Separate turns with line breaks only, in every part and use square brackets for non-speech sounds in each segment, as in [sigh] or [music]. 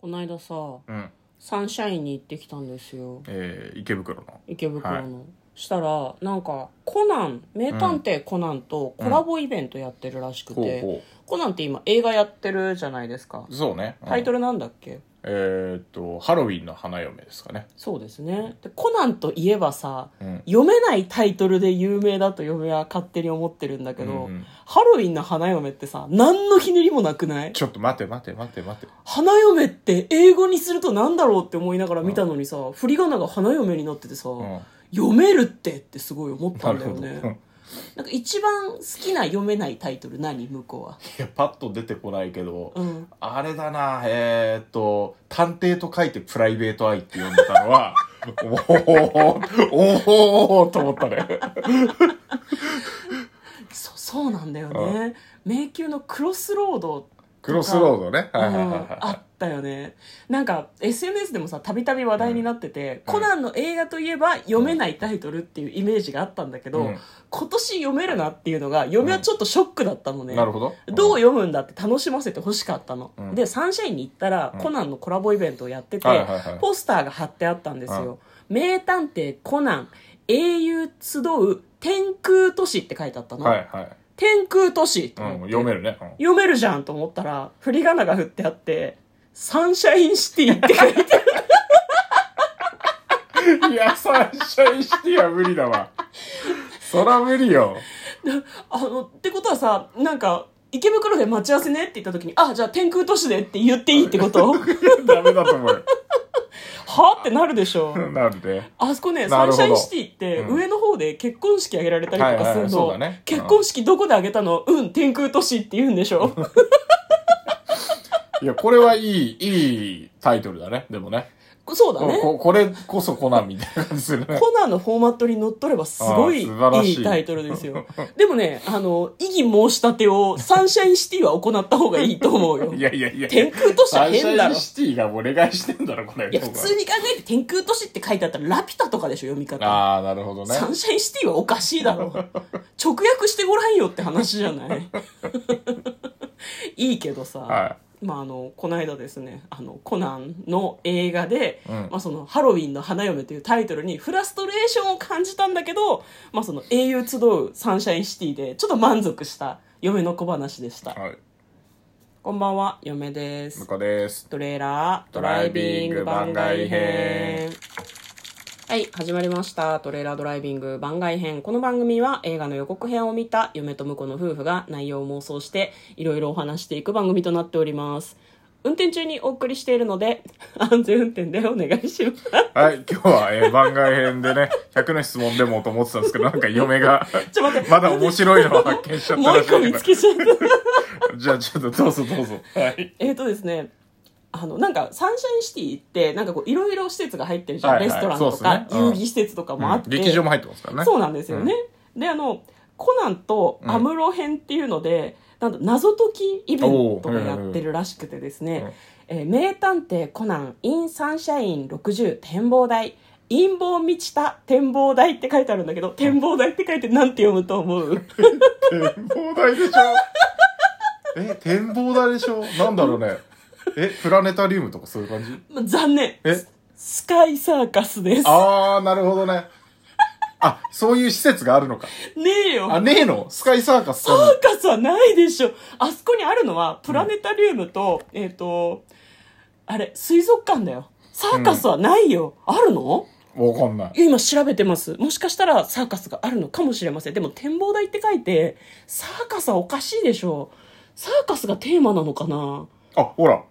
この間さ
うん
サンシャインに行ってきたんですよ
えー池袋の
池袋の、したらなんかコナン名探偵コナンとコラボイベントやってるらしく
ほ
て、
うほ
コナンって今映画やってるじゃないですか
うそうね、うん
タイトルなんだっけ、
えーっとハロウィンの花嫁ですかね
そうですねでコナンといえばさ
うん
読めないタイトルで有名だと嫁は勝手に思ってるんだけど、
うんうん
ハロウィンの花嫁ってさ何のひねりもなくない
ちょっと待て待て待て待て
花嫁って英語にするとなんだろうって思いながら見たのにさ、振り仮名が花嫁になっててさ、
うん
読めるってってすごい思った
なんる
だ
ほ
よ
ど、
ね
うん
なんか一番好きな読めないタイトル何向こうはい
やパッと出てこないけど、
うん
あれだなえーっと探偵と書いてプライベートアイって呼んでたのは [laughs] おおおおと思ったね
そそうなんだよね迷宮のクロスロード
クロスロードね
うん
はいはいはいはい
あったよねなんか SNS でもさたびたび話題になってて、
うん
コナンの映画といえば読めないタイトルっていうイメージがあったんだけど、
うん
今年読めるなっていうのが嫁はちょっとショックだったのね、
なるほど
どう
よ、
読むんだって楽しませてほしかったの、
うん
でサンシャインに行ったら、
うん
コナンのコラボイベントをやってて、
はいはいはい
ポスターが貼ってあったんですよ「名探偵コナン英雄集う天空都市」って書いてあったの、
はいはい、
天空都市と
う
思
ん
っ、て
読めるね、うん
読めるじゃんと思ったら振り仮名が振ってあって「サンシャインシティ」って
[laughs]
書いてある
いや、サンシャインシティは無理だわ。そら無理よ。
あのってことはさなんか池袋で待ち合わせねって言った時に「あじゃあ天空都市で」って言っていいってこと
ダメだと思うよ。
はってなるでしょ
なんで。
あそこね、
な
サ
る
ン
ほ
シャイ
ど
ンシティって、
うん
上の方で結婚式あげられたりとかする
はいはいはいそうだ
の
ねうん。
結婚式どこであげたのうん、天空都市って言うんでしょ
いや、これはいい、いいタイトルだね。でもね。
そうだ
こ
ね。
ここれこそコナンみたいな感じするね。
コナンのフォーマットに乗っ取ればすごい
あー素晴らし
い
い
いタイトルですよ。でもね、あの、異議申し立てをサンシャインシティは行った方がいいと思うよ。
いやいやいや。
天空都市
サ
は
ンシ
変
ャ
だ
イン
ろ。
シティがお願いしてんだろ、これ。
いや、普通に考えて天空都市って書いてあったらラピュタとかでしょ、読み方。
ああ、なるほどね。
サンシャインシティはおかしいだろ。直訳してごらんよって話じゃない
[laughs]
いいけどさ。
は
まあ、あのこの間ですねあのコナンの映画で、
うん
まあ、そのハロウィンの花嫁というタイトルにフラストレーションを感じたんだけど、まあ、その英雄集うサンシャインシティでちょっと満足した嫁の小話でし
い。
た
はい。
こんばんは嫁で
向
す
こうです。
トレーラードライビング番外編はい始まりました「トレーラードライビング番外編」この番組は映画の予告編を見た嫁と婿の夫婦が内容を妄想していろいろお話していく番組となっております運転中にお送りしているので安全運転でお願いします
はい、今日は、えー番外編でね、100の質問でもと思ってたんですけど、なんか嫁が、
[laughs] ちょっと待って
まだ面白いのを発見しちゃっ
も
た
う
らし
一個
い
見
け
つけちゃった [laughs]
ど。じゃあちょっとどうぞどうぞ。はい。
えーとですねあのなんかサンシャインシティ行ってなんかこういろいろ施設が入ってるじゃん、
はいはい
レストランと
そうっ
か、
すねうん
遊戯施設とかもあって、
うん劇場も入ってますからね
そうなんですよね、であのコナンとアムロ編っていうので、なんと謎解きイベントがやってるらしくてですね「えー名探偵コナン in サンシャイン60展望台」陰謀満ちた展望台って書いてあるんだけど、展望台って書いてなんて読むと思う
展望台でしょ [laughs] え展望台でしょなんだろうねえプラネタリウムとかそういう感じ
ま残念。
え
ススカイサーカスです。
ああなるほどねあそういう施設があるのか
ねえよ。
あねえのスカイサーカス
サ
かも
ーカスはないでしょ。あそこにあるのは、プラネタリウムと、えっ、と、あれ、水族館だよ。サーカスはないよ。あるの
わかんない
いや今調べてます。もしかしたらサーカスがあるのかもしれません。でも展望台って書いて、サーカスはおかしいでしょ。サーカスがテーマなのかな
あほら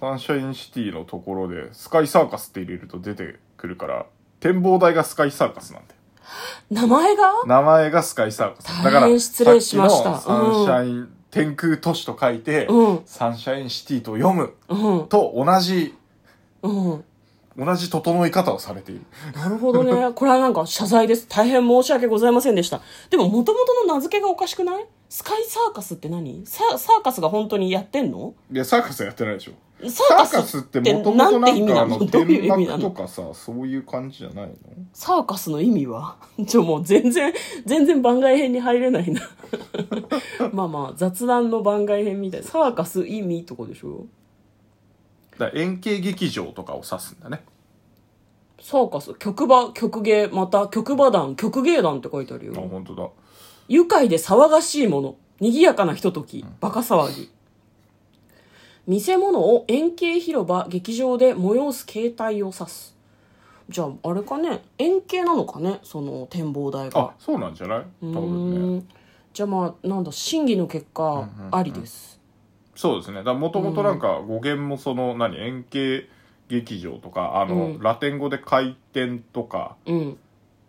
サンシャインシティのところでスカイサーカスって入れると出てくるから展望台がスカイサーカスなんだよ
名前が
名前がスカイサーカスだから
大変失礼しました
さっきのサンシャイン、天空都市と書いて、
うん
サンシャインシティと読む
うん、
と同じ
うん。
同じ整い方をされている。
なるほどね。 [laughs] これはなんか謝罪です。大変申し訳ございませんでした。でも元々の名付けがおかしくないスカイサーカスって何ササーカスが本当にやってんの
いや、サーカスはやってないでしょ。
サ
サ
ー
ーカ
カス
スっ
ってて
もとも
な
と
ん
な
て意
ん
味
か
な
あの、
のどういう
転
意味な
落と
の
かさ、そういう感じじゃないの
サーカスの意味は [laughs] ちょ、もう全然、 [laughs] 全然番外編に入れない [laughs] な。まあまあ、雑談の番外編みたい。サーカス意味とかでしょ
だから円形劇場とかを指すんだね
サーカス曲場曲芸また曲馬団曲芸団って書いてある
あ
よ
本当だ
愉快で騒がしいもの賑やかなひとときバカ騒ぎ見せ物を円形広場劇場で催す形態を指すじゃああれかね円形なのかねその展望台が
あそうなんじゃないう多分ね
ーんじゃあまあなんだ審議の結果
うんうん
ありです、
そうですねだもともとなんか語源もその何円形劇場とかあの、
うん
ラテン語で回転とか
うん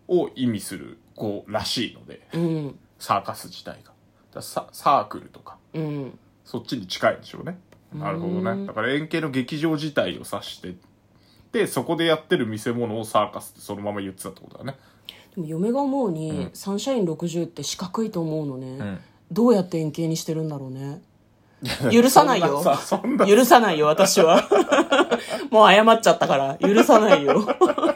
を意味する語らしいので
うん
サーカス自体がだからササークルとか
うん
そっちに近いんでしょうねなるほど
うん
ねだから円形の劇場自体を指してでそこでやってる見せ物をサーカスってそのまま言ってたってことだね、
でも嫁が思うに、
うん
サンシャイン60って四角いと思うのね、
ん、
どうやって円形にしてるんだろう
[laughs]
ね許さないよ
そんさそん
[laughs]
な
許さないよ私は [laughs] もう謝っちゃったから許さないよ [laughs]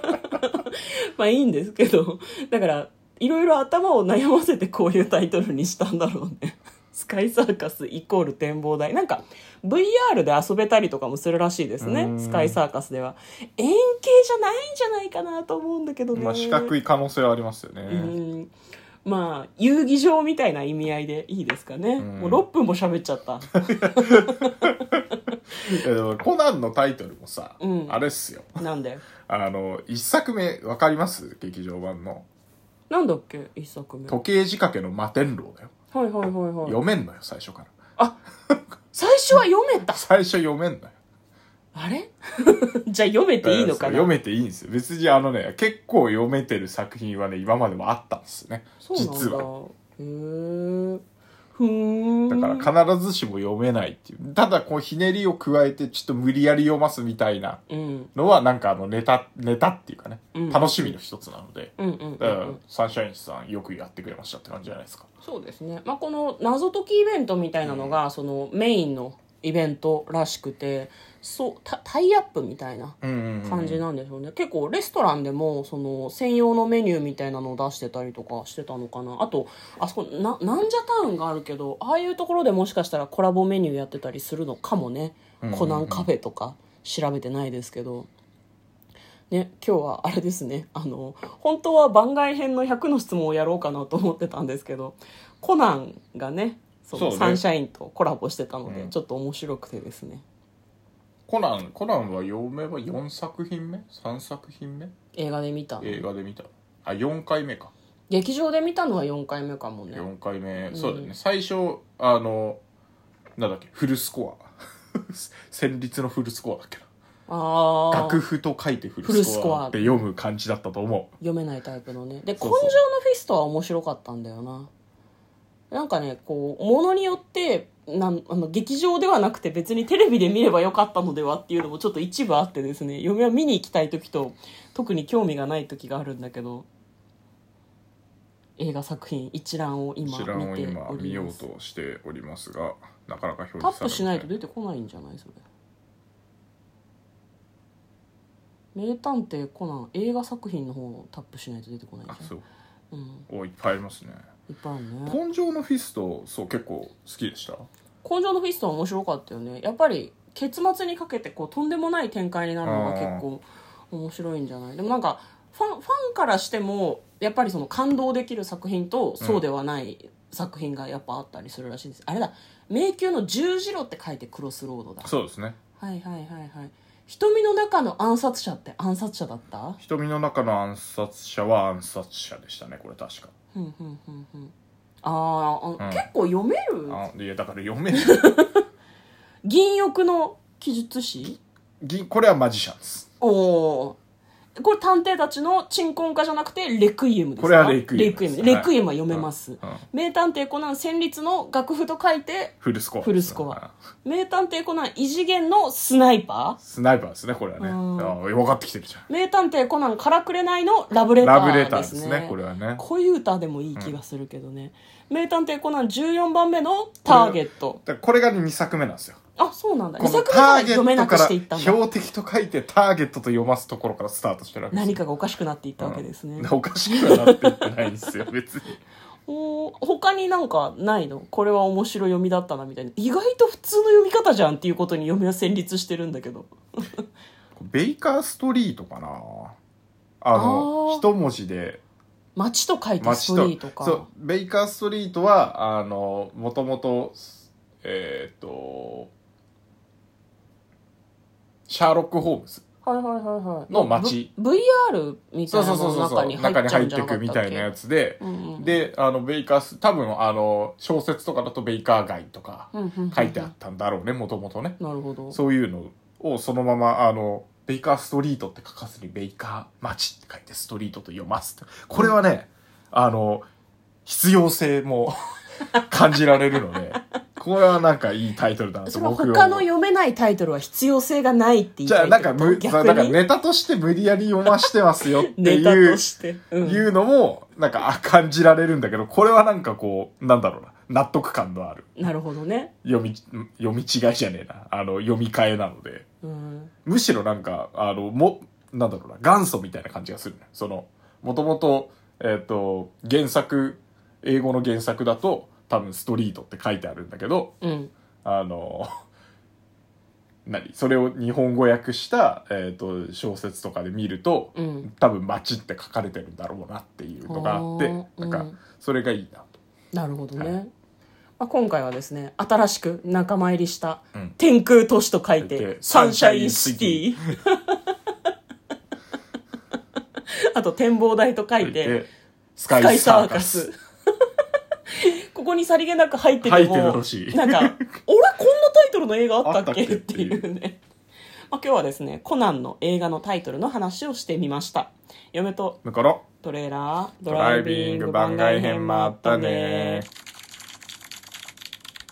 まあいいんですけどだからいろいろ頭を悩ませてこういうタイトルにしたんだろうね [laughs] スカイサーカスイコール展望台なんか VR で遊べたりとかもするらしいです
う
ね
ん
スカイサーカスでは円形じゃないんじゃないかなと思うんだけどね、
まあ四角い可能性はありますよね、
うんまあ遊技場みたいな意味合いでいいですかね、
ん
もう6分も喋っちゃった
いやでもコナンのタイトルもさ、
うん
あれっすよ
なんで
あの一作目わかります劇場版の
なんだっけ一作目
時計仕掛けの摩天楼だよ、
はいはいはいはい
読めんのよ最初から
最初は読めた
最初読めんのよ
あれ [laughs] じゃあ読めていいのかな
読めていいんですよ別にあのね結構読めてる作品はね今までもあったんですよね
そうなんだ
実は
へーふーん
だから必ずしも読めないっていうただこうひねりを加えてちょっと無理やり読ますみたいな
うん
のはなんかあのネタネタっていうかね、
うん
楽しみの一つなので、
うんうんう
だから
ん、うん、
サンシャインさんよくやってくれましたって感じじゃないですか
そうですね、まあ、この謎解きイベントみたいなのが、そのメインのイベントらしくてそうタタイアップみたいな感
感
じなんでしょうね、結構レストランでもその専用のメニューみたいなのを出してたりとかしてたのかなあとあそこななんじゃタウンがあるけどああいうところでもしかしたらコラボメニューやってたりするのかもね、
うんうんうん
コナンカフェとか調べてないですけど。ね、今日はあれですねあの本当は番外編の100の質問をやろうかなと思ってたんですけどコナンがねそ
そう
の
ね
サンシャインとコラボしてたので、
うん
ちょっと面白くてですね
コナンコナンは読めば4作品目3作品目
映画で見たの
映画で見たあ4回目か
劇場で見たのは4回目かもね
4回目、
ん
そうだよね最初あのなんだっけフルスコア [laughs] 戦慄のフルスコアだっけ
あ
な
あ
楽譜と書いてフ
フル
ル
ス
ス
コ
コ
ア
アって読む感じだったと思う
読めないタイプのねで「
そ
根
う
性
そう
のフィスト」は面白かったんだよななんかねこうものによってなんあの劇場ではなくて別にテレビで見ればよかったのではっていうのもちょっと一部あってですね嫁は見に行きたい時と特に興味がない時があるんだけど映画作品一覧を今
一覧を
見て
今
お
見
り
よ
ま
う
す
としておりますがなかなか表示
タ
され
ップしないと
ね
出てこないんじゃないそれ名探偵コナン映画作品の方をタップしないと出てこないんじ
あ
ゃない
そう
うん
おいっぱいありますね
いっぱいあるね
根性のフィストそう結構好きでした
根性のフィストは面白かったよねやっぱり結末にかけてこうとんでもない展開になるのが結構面白いんじゃないでもなんかファンファンからしてもやっぱりその感動できる作品とそうではない作品がやっぱあったりするらしいです、あれだ「迷宮の十字路」って書いて「クロスロード」だ
そうですね
はいはいはいはい瞳の中の暗殺者って暗殺者だった
瞳の中の暗殺者は暗殺者でしたねこれ確か
ふんふんふんふんあーあ、
うん
結構読める
あいやだから読めない [laughs]
銀翼の記述師
銀これはマジシャンです
おおーこれ探偵たちの鎮魂歌じゃなくてレクイエムですか
これはレクイエムです
レ
は
レ
い
クイエムは読めます、
うんうん
名探偵コナン戦慄の楽譜と書いて
フルスコアです
フルスコア
はい
名探偵コナン異次元のスナイパ
スナイパーですねこれはね
う
あ
ん
あ分かってきてるじゃん
ー名探偵コナンからくれないのラブレタ
ラブレ
ーで
ターですす
ね
ねこれはね
恋歌でもいい気がするけどね、名探偵コナン14番目のターゲット
だからこれが2作目なんですよ
あそうなんだ2
この
作目
タ
から
ーゲ
読めな
ット
く
か
し
ら
ていったんだ
標的と書いてターゲットと読ますところからスタートしてるわけです
何
よ
かがおかしくなっていったわけですね、 [laughs]
うんおかしくはなっていってないんですよ別に
おー他になんかないのこれは面白い読みだったなみたいな意外と普通の読み方じゃんっていうことに嫁は戦慄してるんだけど
ベイカーストリートかなあの
あー
一文字で
街と書いてスト
街と
リートか
そうベイカーストリートはあのもともとえーっとシャーロック・ホームズ
はいはいはいはい
の街
ブ VR みたいう
そ
な
そ
の
うそう
の
そうそ
中
う
に入
中
っ
に
ちゃうんじゃな
入って
か
く
ったっけ
みたいなやつで、
うんうん
であのベイカース多分あの小説とかだとベイカー街とか
うんうんうん
書いてあったんだろうねもともとね
なるほど
そういうのをそのままあのベイカーストリートって書かずにベイカー街って書いてストリートと読ますってこれはねあの必要性も感じられるのでこれはなんかいいタイトルだなと
それは
僕
他の
は
読めないタイトルは必要性がないって言い
じ
た
ゃあ
い
なんかむ
逆
なん
に
かネタとして無理やり読ましてますよって
ネタ
いう
として、うん
いうのも、なんか、あ感じられるんだけど、これはなんかこう、なんだろうな、納得感のある。
なるほどね、
読み、読み違いじゃねえな。あの、読み替えなので。
うん、
むしろなんか、あの、も、なんだろうな、元祖みたいな感じがするね。その、もともと、えっ、と、原作、英語の原作だと、多分ストリートって書いてあるんだけど、
うん
あの、何それを日本語訳した、えっ、と、小説とかで見ると、
うん
多分街って書かれてるんだろうなっていうのがあって
あー
なん
う
か
ん
それがいいなと、
なるほどね、
はい
まあ、今回はですね新しく仲間入りした
うん
天空都市と書いて
で
サンシャインシティ [laughs] あと展望台と書いて
でス
スカイサーカス [laughs] ここにさりげなく入ってて
入ってて
も
ほし
[laughs]
い
なんか俺こんなタイトルの映画あったっけ
あったっけ
っていうねまあ今日はですねコナンの映画のタイトルの話をしてみました嫁と
だから
トレーラード
ドライビング番外編もあったね